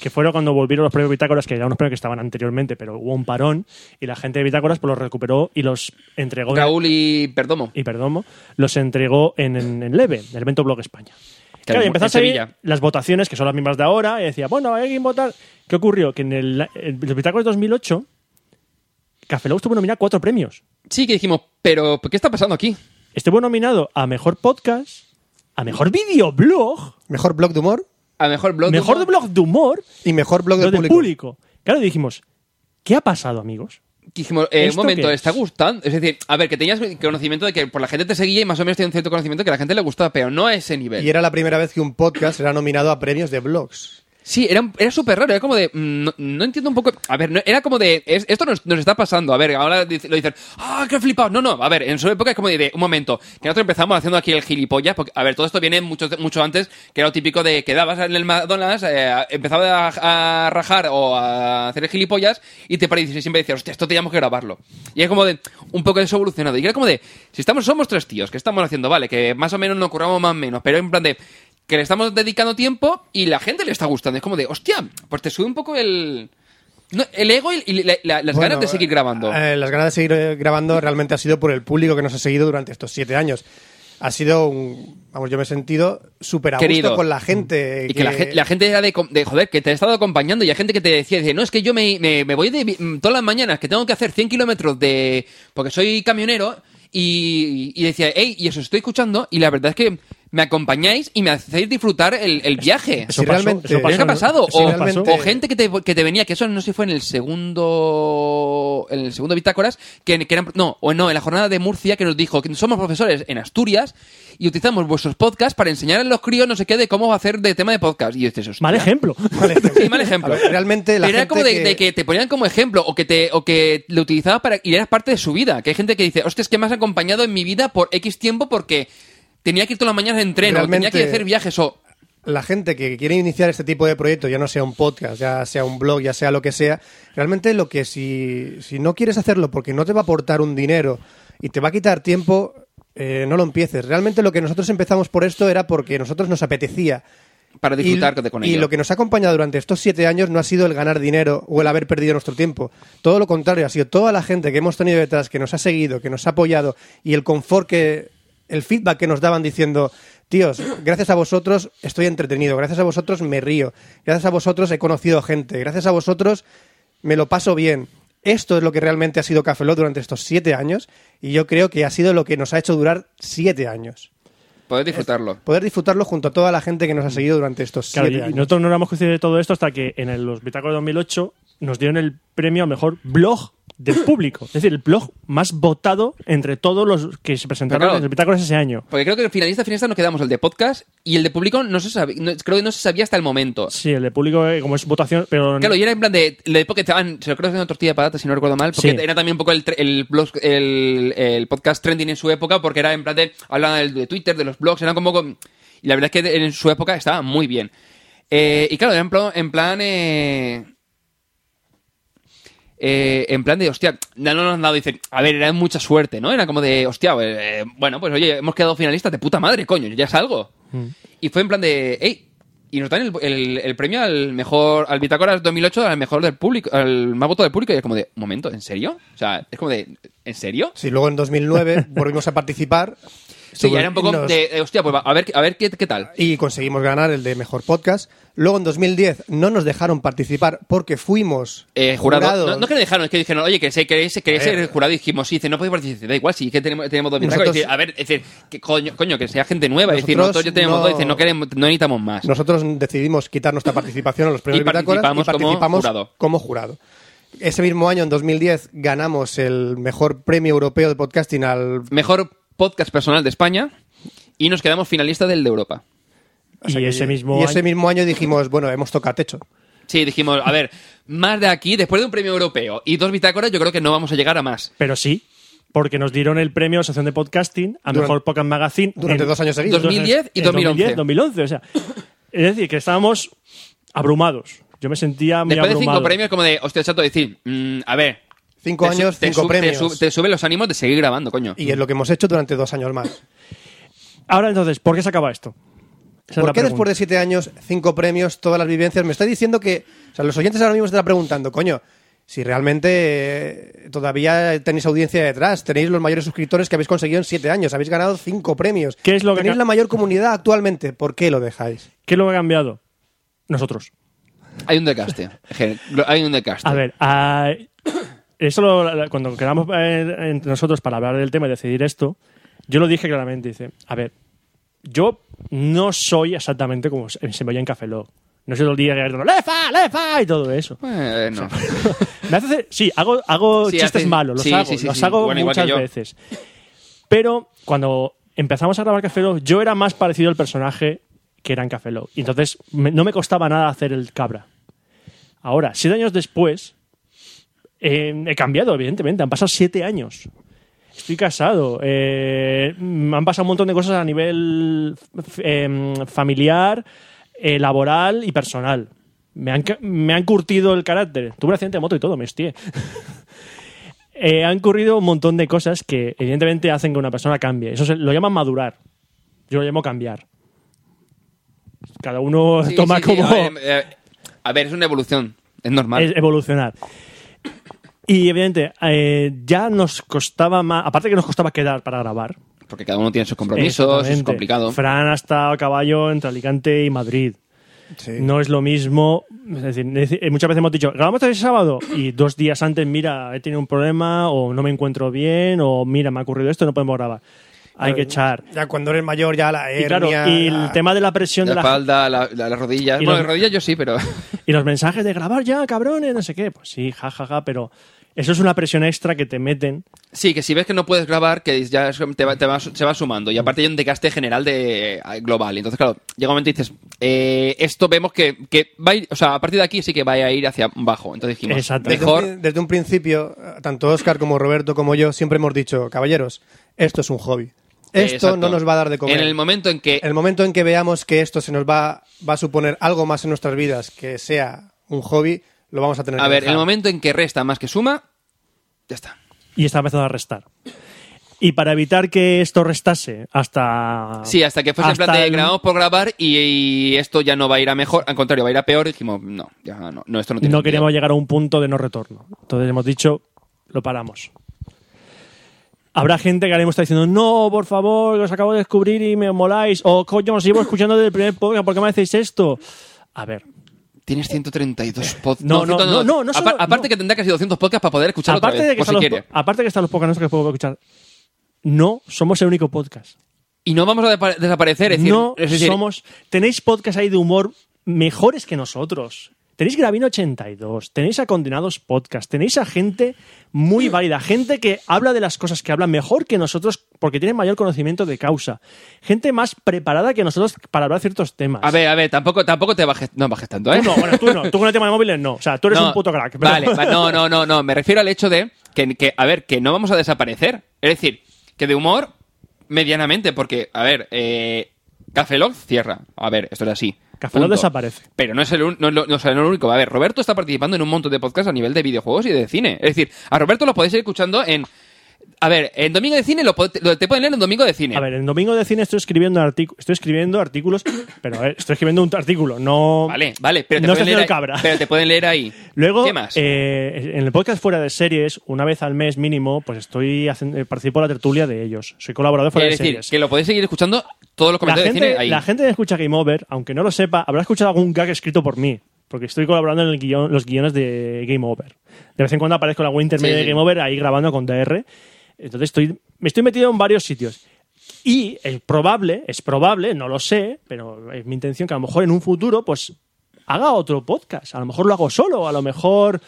Speaker 2: que fueron cuando volvieron los premios Bitácoras, que eran unos premios que estaban anteriormente, pero hubo un parón y la gente de Bitácoras pues, los recuperó y los entregó. en-
Speaker 4: Raúl y Perdomo.
Speaker 2: Y Perdomo, los entregó en, en- en Leve, en el evento Blog España. Claro,
Speaker 4: en-
Speaker 2: y empezaron
Speaker 4: en
Speaker 2: a salir
Speaker 4: Sevilla.
Speaker 2: las votaciones, que son las mismas de ahora, y decía, bueno, hay que votar. ¿Qué ocurrió? Que en el, en los Bitácoras 2008, Café Lock estuvo nominado a cuatro premios.
Speaker 4: Sí, que dijimos, pero ¿qué está pasando aquí?
Speaker 2: Estuvo nominado a Mejor Podcast, a mejor videoblog,
Speaker 3: Mejor blog de humor
Speaker 4: A mejor blog. de
Speaker 2: mejor
Speaker 4: humor.
Speaker 2: blog de humor,
Speaker 3: y mejor blog
Speaker 2: lo
Speaker 3: del
Speaker 2: del
Speaker 3: público.
Speaker 2: público. Claro, dijimos, ¿qué ha pasado, amigos?
Speaker 4: Dijimos, eh, un
Speaker 2: ¿Esto
Speaker 4: momento,
Speaker 2: qué
Speaker 4: ¿le
Speaker 2: es?
Speaker 4: está gustando? Es decir, a ver, que tenías conocimiento de que por la gente te seguía y más o menos tenía un cierto conocimiento que a la gente le gustaba, pero no a ese nivel.
Speaker 3: Y era la primera vez que un podcast era nominado a premios de blogs.
Speaker 4: Sí, era, un- era súper raro, era como de... mm, No, no entiendo un poco... A ver, no- era como de... es- esto nos, nos está pasando, a ver, ahora dice- lo dicen... ¡Ah, qué flipado! No, no, a ver, en su época es como de... de, un momento, que nosotros empezamos haciendo aquí el gilipollas, porque, a ver, todo esto viene mucho, mucho antes, que era lo típico de quedabas en el McDonald's, eh, empezaba a, a rajar o a hacer el gilipollas, y te parecía, y siempre decías, hostia, esto teníamos que grabarlo. Y es como de... Un poco eso evolucionado. Y era como de... Si estamos, somos tres tíos, ¿qué estamos haciendo? Vale, que más o menos nos curramos más o menos, pero en plan de que le estamos dedicando tiempo y la gente le está gustando. Es como de, hostia, pues te sube un poco el, no, el ego y, y la- la- las
Speaker 3: Bueno,
Speaker 4: ganas de seguir grabando.
Speaker 3: eh, las ganas de seguir eh, grabando realmente ha sido por el público que nos ha seguido durante estos siete años. Ha sido un. Vamos, yo me he sentido súper a
Speaker 4: Querido.
Speaker 3: gusto con la gente.
Speaker 4: y que la, gen- la gente era de, com- de, joder, que te ha estado acompañando y hay gente que te decía, dice, no, es que yo me, me- me voy de, vi- mm, todas las mañanas, que tengo que hacer 100 kilómetros de... porque soy camionero y, y decía, hey, y eso estoy escuchando y la verdad es que me acompañáis y me hacéis disfrutar el, el viaje.
Speaker 3: Eso
Speaker 2: Eso
Speaker 3: Si
Speaker 2: pasó,
Speaker 3: realmente-
Speaker 2: eso
Speaker 4: ¿Pero qué ha
Speaker 2: ¿no?
Speaker 4: pasado?
Speaker 3: Sí,
Speaker 4: O,
Speaker 2: realmente-
Speaker 4: o gente que te, que te venía, que eso no sé si fue en el segundo. En el segundo Bitácoras, que, que eran. No, o no, en la jornada de Murcia, que nos dijo que somos profesores en Asturias y utilizamos vuestros podcasts para enseñar a los críos no sé qué de cómo hacer de tema de podcast. Y dices, hostia.
Speaker 2: Mal ejemplo.
Speaker 3: Mal ejemplo.
Speaker 4: Sí, mal ejemplo.
Speaker 3: A ver, realmente la
Speaker 4: Pero era
Speaker 3: gente
Speaker 4: como de de
Speaker 3: que-
Speaker 4: que... te ponían como ejemplo o que te o que lo utilizabas para y eras parte de su vida. Que hay gente que dice, hostia, es que me has acompañado en mi vida por X tiempo porque tenía que ir todas las mañanas de entreno, o tenía
Speaker 3: Realmente-
Speaker 4: que hacer viajes o
Speaker 3: la gente que quiere iniciar este tipo de proyectos, ya no sea un podcast, ya sea un blog, ya sea lo que sea, realmente lo que si, si no quieres hacerlo porque no te va a aportar un dinero y te va a quitar tiempo, eh, no lo empieces. Realmente lo que nosotros empezamos por esto era porque nosotros nos apetecía.
Speaker 4: para disfrutar
Speaker 3: y,
Speaker 4: con
Speaker 3: y
Speaker 4: ello.
Speaker 3: lo que nos ha acompañado durante estos siete años no ha sido el ganar dinero o el haber perdido nuestro tiempo. Todo lo contrario, ha sido toda la gente que hemos tenido detrás, que nos ha seguido, que nos ha apoyado y el confort que, el feedback que nos daban diciendo, tíos, gracias a vosotros estoy entretenido, gracias a vosotros me río, gracias a vosotros he conocido gente, gracias a vosotros me lo paso bien. Esto es lo que realmente ha sido Cafelot durante estos siete años y yo creo que ha sido lo que nos ha hecho durar siete años.
Speaker 4: Poder disfrutarlo.
Speaker 3: Poder disfrutarlo junto a toda la gente que nos ha seguido durante estos siete
Speaker 2: Mm. Claro, y- y
Speaker 3: años.
Speaker 2: nosotros no éramos conscientes de todo esto hasta que en el- los Bitácoras 2008 nos dieron el premio a mejor blog del público. Es decir, el blog más votado entre todos los que se presentaron
Speaker 4: Pero claro.
Speaker 2: en los Bitácoras ese año.
Speaker 4: Porque creo que el finalista finalista nos quedamos el de podcast y el de público no se sabía, creo que no se sabía hasta el momento.
Speaker 2: Sí, el de público, eh, como es votación, pero
Speaker 4: Claro, y era en plan de, el de porque estaban, se lo creo que era una tortilla de patatas si no recuerdo mal, porque
Speaker 2: Sí.
Speaker 4: era también un poco el, tre- el, blog- el, el podcast trending en su época, porque era en plan de, hablaban del- de Twitter, de los blogs, eran como, con- y la verdad es que en su época estaba muy bien. Eh, y claro, era en plan, en plan, eh, eh, en plan de, hostia, no nos han dado, dicen, a ver, era mucha suerte, ¿no? Era como de, hostia, eh, bueno, pues oye, hemos quedado finalistas de puta madre, coño, yo ya salgo. Y fue en plan de, hey, y nos dan el, el- el premio al mejor, al Bitácoras 2008, al mejor del público, al más voto del público, y es como de, un momento, ¿en serio? O sea, es como de, ¿en serio?
Speaker 3: Sí, luego en 2009 volvimos a participar.
Speaker 4: Sí,
Speaker 3: Sobre-
Speaker 4: era un poco
Speaker 3: y nos-
Speaker 4: de, eh, hostia, pues va, a ver, a ver qué, qué tal.
Speaker 3: Y conseguimos ganar el de Mejor Podcast. Luego en 2010 no nos dejaron participar porque fuimos
Speaker 4: Eh, jurado.
Speaker 3: jurados.
Speaker 4: No, no que le dejaron, es que dijeron, oye, que se queréis queréis
Speaker 3: Eh.
Speaker 4: ser jurado. Y dijimos, sí, dice, no podéis participar. Dice, Da igual, sí, que tenemos, tenemos dos bitácoras.
Speaker 3: Nosotros-
Speaker 4: Y dice, a ver, es decir, que coño, coño, que sea gente nueva. Es decir,
Speaker 3: Nosotros
Speaker 4: nosotros ya tenemos
Speaker 3: no-
Speaker 4: dos, dice, no, queremos, no necesitamos más.
Speaker 3: Nosotros decidimos quitar nuestra participación a los premios
Speaker 4: Y
Speaker 3: Bitácoras
Speaker 4: participamos como jurado.
Speaker 3: como jurado. Ese mismo año, en 2010, ganamos el Mejor Premio Europeo de Podcasting al...
Speaker 4: Mejor podcast personal de España. Y nos quedamos finalistas del de Europa.
Speaker 2: y ese mismo
Speaker 3: y ese
Speaker 2: año-
Speaker 3: mismo año dijimos, bueno, hemos tocado techo.
Speaker 4: Sí, dijimos, a ver, más de aquí, después de un premio europeo y dos bitácoras, yo creo que no vamos a llegar a más.
Speaker 2: pero sí, porque nos dieron el premio a la Asociación de Podcasting a
Speaker 3: Durante-
Speaker 2: mejor Podcast Magazine
Speaker 3: durante dos años seguidos.
Speaker 4: 2010 y
Speaker 2: en
Speaker 4: 2011.
Speaker 2: 2011, o sea, es decir, que estábamos abrumados. Yo me sentía muy
Speaker 4: Después de
Speaker 2: abrumado.
Speaker 4: cinco premios, como de, hostia, chato, decir, mm, a ver.
Speaker 3: Cinco
Speaker 4: te su-
Speaker 3: años,
Speaker 4: te
Speaker 3: cinco
Speaker 4: su- te
Speaker 3: premios.
Speaker 4: su- te suben los ánimos de seguir grabando, coño.
Speaker 3: Y es lo que hemos hecho durante dos años más.
Speaker 2: Ahora entonces, ¿por qué se acaba esto? Esa es
Speaker 3: ¿Por
Speaker 2: la
Speaker 3: qué después
Speaker 2: pregunta.
Speaker 3: de siete años, cinco premios, todas las vivencias? Me está diciendo que. O sea, los oyentes ahora mismo se están preguntando, coño, si realmente eh, todavía tenéis audiencia detrás, tenéis los mayores suscriptores que habéis conseguido en siete años, habéis ganado cinco premios.
Speaker 2: ¿Qué es lo que
Speaker 3: tenéis
Speaker 2: ca-
Speaker 3: la mayor comunidad actualmente. ¿Por qué lo dejáis?
Speaker 2: ¿Qué es lo que ha cambiado? Nosotros.
Speaker 4: Hay un decaste. Gen- Hay un decaste.
Speaker 2: A ver, a- eso lo- cuando quedamos eh, entre nosotros para hablar del tema y decidir esto, yo lo dije claramente. Dice, a ver, yo no soy exactamente como se se me oye en Café Lock. No soy todo el día gritando ¡Lefa! ¡Lefa! y todo eso.
Speaker 4: Bueno.
Speaker 2: Me hace hacer- sí, hago, hago
Speaker 4: Sí,
Speaker 2: chistes
Speaker 4: haces-
Speaker 2: malos, los
Speaker 4: sí,
Speaker 2: hago,
Speaker 4: sí, sí,
Speaker 2: los
Speaker 4: sí.
Speaker 2: hago
Speaker 4: Bueno, igual que
Speaker 2: muchas
Speaker 4: yo.
Speaker 2: veces. Pero cuando empezamos a grabar Café Lock, yo era más parecido al personaje que era en Café Lock. Y entonces me- no me costaba nada hacer el cabra. Ahora, siete años después, eh, he cambiado, evidentemente. Han pasado siete años. Estoy casado. eh, mm, han pasado un montón de cosas a nivel f- em, familiar, eh, laboral y personal. Me han, ca- me han curtido el carácter. Tuve un accidente de moto y todo, me estié. Eh, han ocurrido un montón de cosas que evidentemente hacen que una persona cambie. Eso se- lo llaman madurar. Yo lo llamo cambiar. Cada uno
Speaker 4: Sí,
Speaker 2: toma
Speaker 4: sí, sí.
Speaker 2: como...
Speaker 4: A ver, eh, a ver, es una evolución. Es normal.
Speaker 2: Es evolucionar. Y evidente, eh, ya nos costaba más, aparte que nos costaba quedar para grabar.
Speaker 4: Porque cada uno tiene sus compromisos, es
Speaker 2: Exactamente.
Speaker 4: complicado.
Speaker 2: Fran ha estado a caballo entre Alicante y Madrid.
Speaker 3: Sí.
Speaker 2: No es lo mismo. Es decir, es decir, muchas veces hemos dicho, grabamos este sábado y dos días antes, mira, he tenido un problema o no me encuentro bien o mira, me ha ocurrido esto, no podemos grabar. Hay que echar.
Speaker 3: Ya cuando eres mayor, ya la
Speaker 2: Y claro,
Speaker 3: hernia...
Speaker 2: y el
Speaker 3: la-
Speaker 2: tema de la presión
Speaker 4: La
Speaker 2: de la,
Speaker 4: espalda, la- la- las rodillas.
Speaker 2: Y
Speaker 4: Bueno,
Speaker 2: los-
Speaker 4: las rodillas yo sí, pero.
Speaker 2: Y los mensajes de grabar ya, cabrones, no sé qué. Pues sí, jajaja, pero eso es una presión extra que te meten.
Speaker 4: Sí, que si ves que no puedes grabar, que ya es- te va- te va- se va sumando. Y aparte hay un desgaste general de eh, global. Entonces, claro, llega un momento y dices, eh, esto vemos que, que va a ir, o sea, a partir de aquí sí que va a ir hacia abajo. Entonces dijimos,
Speaker 2: Exacto.
Speaker 3: Desde,
Speaker 4: mejor
Speaker 3: Un, pri- desde un principio, tanto Oscar como Roberto como yo siempre hemos dicho, caballeros, esto es un hobby. Esto
Speaker 4: Exacto.
Speaker 3: no nos va a dar de comer.
Speaker 4: En el momento en que.
Speaker 3: El momento en que veamos que esto se nos va, va a suponer algo más en nuestras vidas que sea un hobby, lo vamos a tener
Speaker 4: A
Speaker 3: que
Speaker 4: ver,
Speaker 3: dejar.
Speaker 4: el momento en que resta más que suma, ya está.
Speaker 2: y está empezando a restar. Y para evitar que esto restase hasta.
Speaker 4: Sí, hasta que fuese en plan
Speaker 2: hasta
Speaker 4: de
Speaker 2: el-
Speaker 4: grabamos por grabar y, y esto ya no va a ir a mejor, al contrario, va a ir a peor. Dijimos, no, ya no, no, esto no tiene
Speaker 2: No
Speaker 4: sentido.
Speaker 2: queríamos llegar a un punto de no retorno. Entonces hemos dicho, lo paramos. Habrá gente que ahora mismo está diciendo, no, por favor, que os acabo de descubrir y me moláis. O coño, os llevo escuchando desde el primer podcast, ¿por qué me decís esto? A ver,
Speaker 4: Tienes 132 podcasts.
Speaker 2: Eh, No, no, no, no, no solo-
Speaker 4: aparte
Speaker 2: no.
Speaker 4: que tendrá casi 200 podcasts para poder escucharlo
Speaker 2: aparte
Speaker 4: otra vez,
Speaker 2: de, que
Speaker 4: por si
Speaker 2: están los,
Speaker 4: quiere.
Speaker 2: po- aparte de que están los podcasts que puedo escuchar, no somos el único podcast.
Speaker 4: Y no vamos a depa- desaparecer. Es decir,
Speaker 2: no
Speaker 4: es decir,
Speaker 2: somos. Tenéis podcasts ahí de humor mejores que nosotros. Tenéis Gravino 82, tenéis a Condenados Podcast, tenéis a gente muy válida, gente que habla de las cosas que habla mejor que nosotros porque tiene mayor conocimiento de causa, gente más preparada que nosotros para hablar ciertos temas.
Speaker 4: A ver, a ver, tampoco, tampoco te bajes, no bajes tanto, ¿eh?
Speaker 2: Tú no, bueno, tú no, tú con el tema de móviles no, o sea, tú eres
Speaker 4: No,
Speaker 2: un puto crack. pero-
Speaker 4: Vale, va- no, no, no, no. Me refiero al hecho de que, que, a ver, que no vamos a desaparecer. Es decir, que de humor, medianamente, porque, a ver, eh, Café Lock cierra. A ver, esto es así.
Speaker 2: Café Lock
Speaker 4: Punto.
Speaker 2: desaparece.
Speaker 4: Pero no es, el, un- no, no- no es el único. A ver, Roberto está participando en un montón de podcasts a nivel de videojuegos y de cine. Es decir, a Roberto lo podéis ir escuchando en. A ver, en Domingo de Cine lo, pod- lo- te pueden leer en Domingo de Cine.
Speaker 2: A ver, en Domingo de Cine estoy escribiendo, artic- estoy escribiendo artículos, pero a ver, estoy escribiendo un artículo, no...
Speaker 4: Vale, vale, pero te,
Speaker 2: No
Speaker 4: pueden,
Speaker 2: estoy
Speaker 4: leer ahí,
Speaker 2: haciendo el cabra.
Speaker 4: pero te pueden leer ahí.
Speaker 2: Luego,
Speaker 4: ¿Qué más?
Speaker 2: eh, en el podcast fuera de series, una vez al mes mínimo, pues estoy haciendo, eh, participo en la tertulia de ellos. Soy colaborador fuera
Speaker 4: es
Speaker 2: de
Speaker 4: decir,
Speaker 2: series.
Speaker 4: que lo podéis seguir escuchando todos los
Speaker 2: la,
Speaker 4: comentarios de
Speaker 2: gente,
Speaker 4: cine ahí.
Speaker 2: la gente que escucha Game Over, aunque no lo sepa, habrá escuchado algún gag escrito por mí, porque estoy colaborando en el guion- los guiones de Game Over. De vez en cuando aparezco en algún intermedio
Speaker 4: Sí, sí.
Speaker 2: de Game Over ahí grabando con DR. Entonces estoy, me estoy metido en varios sitios. Y es probable, es probable, no lo sé, pero es mi intención que a lo mejor en un futuro, pues haga otro podcast. A lo mejor lo hago solo, a lo mejor,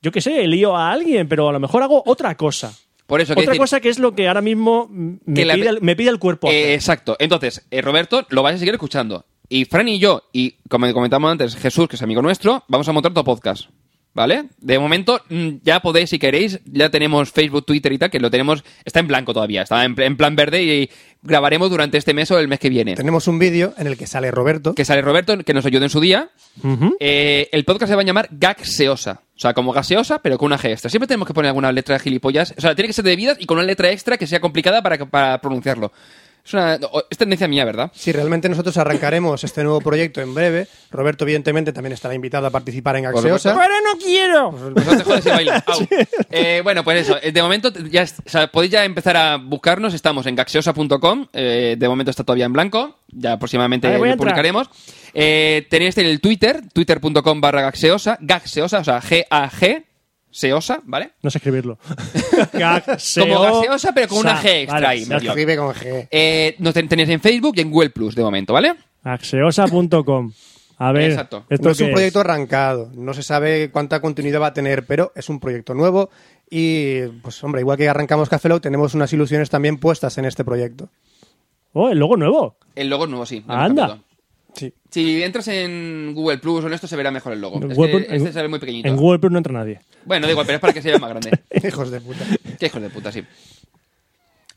Speaker 2: yo qué sé, lío a alguien, pero a lo mejor hago otra cosa.
Speaker 4: Por eso,
Speaker 2: Otra
Speaker 4: quiero decir,
Speaker 2: cosa que es lo que ahora mismo mm, me,
Speaker 4: Que la-
Speaker 2: pide, el, me pide el cuerpo. hacer.
Speaker 4: eh, exacto. Entonces, eh, Roberto, lo vais a seguir escuchando. Y Fran y yo, y como comentamos antes, Jesús, que es amigo nuestro, vamos a montar otro podcast. ¿Vale? De momento, mm, ya podéis, si queréis, ya tenemos Facebook, Twitter y tal, que lo tenemos, está en blanco todavía, está en, en plan verde y grabaremos durante este mes o el mes que viene.
Speaker 3: Tenemos un vídeo en el que sale Roberto.
Speaker 4: Que sale Roberto, que nos ayude en su día.
Speaker 2: Ujú.
Speaker 4: Eh, el podcast se va a llamar Gaxeosa. O sea, como gaseosa, pero con una G extra. Siempre tenemos que poner alguna letra de gilipollas. O sea, tiene que ser de vidas y con una letra extra que sea complicada para, que- para pronunciarlo. Es, una, o- es tendencia mía, ¿verdad?
Speaker 3: Si realmente nosotros arrancaremos este nuevo proyecto en breve, Roberto evidentemente también estará invitado a participar en Axeosa.
Speaker 2: Pero no quiero.
Speaker 4: Pues no te jodes y baila. Au. Eh, bueno, pues eso. Eh, De momento, ya, es- o sea, podéis ya empezar a buscarnos. Estamos en gaxeosa.com. Eh, de momento está todavía en blanco. Ya aproximadamente
Speaker 2: Vale, voy a
Speaker 4: lo
Speaker 2: entrar.
Speaker 4: publicaremos. Eh, tenéis el Twitter, twitter.com barra gaxeosa. Gaxeosa, o sea, G-A-G. Seosa, ¿vale?
Speaker 2: No sé escribirlo. Gaseo-
Speaker 4: Como gaseosa, pero con una
Speaker 2: sa-
Speaker 4: G extra
Speaker 2: vale,
Speaker 4: ahí,
Speaker 2: ya
Speaker 3: Se
Speaker 4: medio.
Speaker 2: está.
Speaker 3: escribe con G.
Speaker 4: Eh, nos ten- tenéis en Facebook y en Google Plus de momento, ¿vale?
Speaker 2: Gaseosa.com. A ver,
Speaker 4: Exacto.
Speaker 2: ¿esto
Speaker 3: No es
Speaker 2: qué
Speaker 3: un proyecto arrancado, no se sabe cuánta continuidad va a tener, pero es un proyecto nuevo y, pues hombre, igual que arrancamos Café Lock, tenemos unas ilusiones también puestas en este proyecto.
Speaker 2: Oh, el logo nuevo.
Speaker 4: El logo es nuevo, sí.
Speaker 2: Ah, anda.
Speaker 4: Capito.
Speaker 3: Sí.
Speaker 4: Si entras en Google Plus o en esto, se verá mejor el logo.
Speaker 2: En
Speaker 4: Es
Speaker 2: Google
Speaker 4: que
Speaker 2: Plus-
Speaker 4: este se ve muy pequeñito.
Speaker 2: En Google Plus no entra nadie.
Speaker 4: Bueno, da igual, pero es para que se vea más grande.
Speaker 3: Hijos de puta.
Speaker 4: Qué hijos de puta, sí.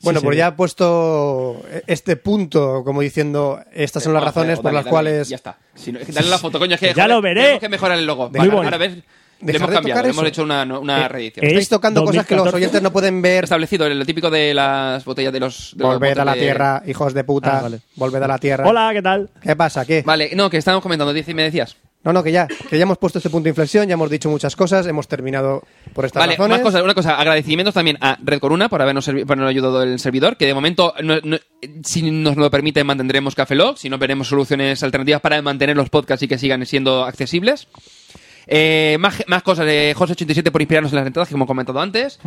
Speaker 3: Bueno,
Speaker 2: Sí,
Speaker 3: pues
Speaker 2: sí.
Speaker 3: ya he puesto este punto como diciendo estas son las
Speaker 4: Ah,
Speaker 3: razones
Speaker 4: joder,
Speaker 3: por
Speaker 4: dale,
Speaker 3: las
Speaker 4: dale,
Speaker 3: cuales
Speaker 4: Ya está. Si no, es que dale la foto, coño. Es que,
Speaker 2: Ya lo veré.
Speaker 4: Tenemos que mejorar el logo.
Speaker 3: Muy
Speaker 4: Vale,
Speaker 2: bonito.
Speaker 4: ahora ves. Le
Speaker 3: Dejar
Speaker 4: hemos
Speaker 3: de
Speaker 4: cambiado,
Speaker 3: tocar
Speaker 4: le hemos
Speaker 3: eso.
Speaker 4: hecho una, una
Speaker 2: Eh,
Speaker 4: reedición.
Speaker 2: eh,
Speaker 3: estáis tocando cosas que los
Speaker 2: 2014.
Speaker 3: oyentes no pueden ver.
Speaker 4: Establecido lo típico de las botellas de los. de los
Speaker 3: Volved a la
Speaker 4: botes de-
Speaker 3: tierra, hijos de puta.
Speaker 2: Ah, vale.
Speaker 3: Volved a la tierra.
Speaker 2: Hola, ¿qué tal?
Speaker 3: ¿Qué pasa? ¿Qué?
Speaker 4: Vale, no, que estábamos comentando, dice, me decías.
Speaker 3: No, no, que ya, que ya hemos puesto este punto de inflexión, ya hemos dicho muchas cosas, hemos terminado por estas
Speaker 4: Vale,
Speaker 3: razones.
Speaker 4: más cosas, una cosa, agradecimientos también a Red Corona por habernos, servi- por habernos ayudado el servidor, que de momento, no- no- si nos lo permite, mantendremos Café Lock, si no, veremos soluciones alternativas para mantener los podcasts y que sigan siendo accesibles. Eh, más, más cosas, de José87 por inspirarnos en las entradas, que hemos comentado antes.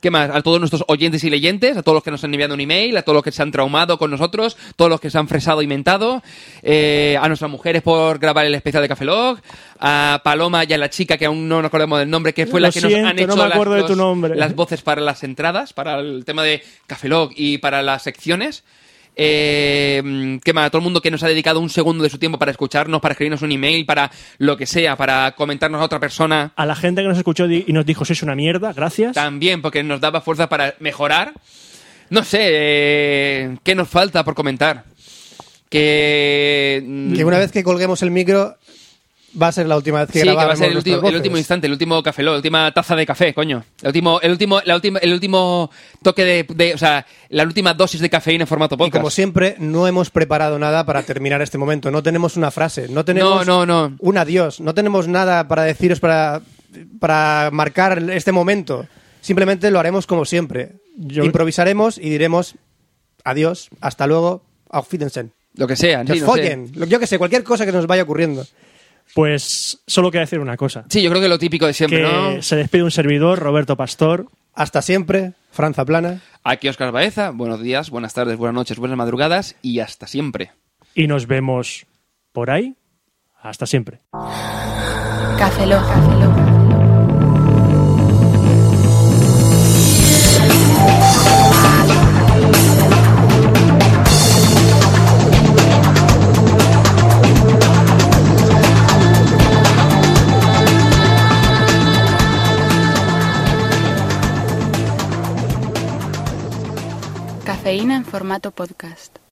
Speaker 4: ¿Qué más? A todos nuestros oyentes y leyentes, a todos los que nos han enviado un email, a todos los que se han traumado con nosotros, todos los que se han fresado y mentado, eh, a nuestras mujeres por grabar el especial de Café Log, a Paloma y a la chica que aún no nos acordamos del nombre, que fue
Speaker 2: Lo
Speaker 4: la que nos han
Speaker 2: siento,
Speaker 4: hecho
Speaker 2: no me
Speaker 4: las
Speaker 2: acuerdo de
Speaker 4: dos-
Speaker 2: tu nombre.
Speaker 4: las voces para las entradas, para el tema de Café Lock y para las secciones. Eh, que más, a todo el mundo que nos ha dedicado un segundo de su tiempo para escucharnos, para escribirnos un email, para lo que sea, para comentarnos a otra persona.
Speaker 2: A la gente que nos escuchó di- y nos dijo, sois una mierda, gracias.
Speaker 4: También, porque nos daba fuerza para mejorar. No sé, eh, ¿qué nos falta por comentar? Que. mm,
Speaker 3: Que una vez que colguemos el micro, va a ser la última vez que
Speaker 4: Sí, que
Speaker 3: grabamos
Speaker 4: va a ser el último,
Speaker 3: nuestras
Speaker 4: el último
Speaker 3: voces.
Speaker 4: instante, el último café, Lock, la última taza de café, coño. El último, el último, la última, el último toque de, de- O sea, la última dosis de cafeína en formato
Speaker 3: Y
Speaker 4: podcast.
Speaker 3: como siempre, no hemos preparado nada para terminar este momento. No tenemos una frase, no tenemos
Speaker 4: No, no, no.
Speaker 3: un adiós, no tenemos nada para deciros para, para marcar este momento. Simplemente lo haremos como siempre.
Speaker 2: Yo-
Speaker 3: Improvisaremos y diremos adiós, hasta luego, auf Wiedersehen.
Speaker 4: Lo que sea,
Speaker 3: Que
Speaker 4: sí,
Speaker 3: os
Speaker 4: no sé.
Speaker 3: follen, lo- yo que sé, cualquier cosa que nos vaya ocurriendo.
Speaker 2: Pues solo queda decir una cosa.
Speaker 4: Sí, yo creo que lo típico de siempre,
Speaker 2: que
Speaker 4: ¿no?
Speaker 2: se despide un servidor, Roberto Pastor.
Speaker 3: Hasta siempre, Franza Plana.
Speaker 4: Aquí Oscar Baeza, buenos días, buenas tardes, buenas noches, buenas madrugadas y hasta siempre.
Speaker 2: y nos vemos por ahí. Hasta siempre.
Speaker 1: Café Lock. Café Lock. Cafeína en formato podcast.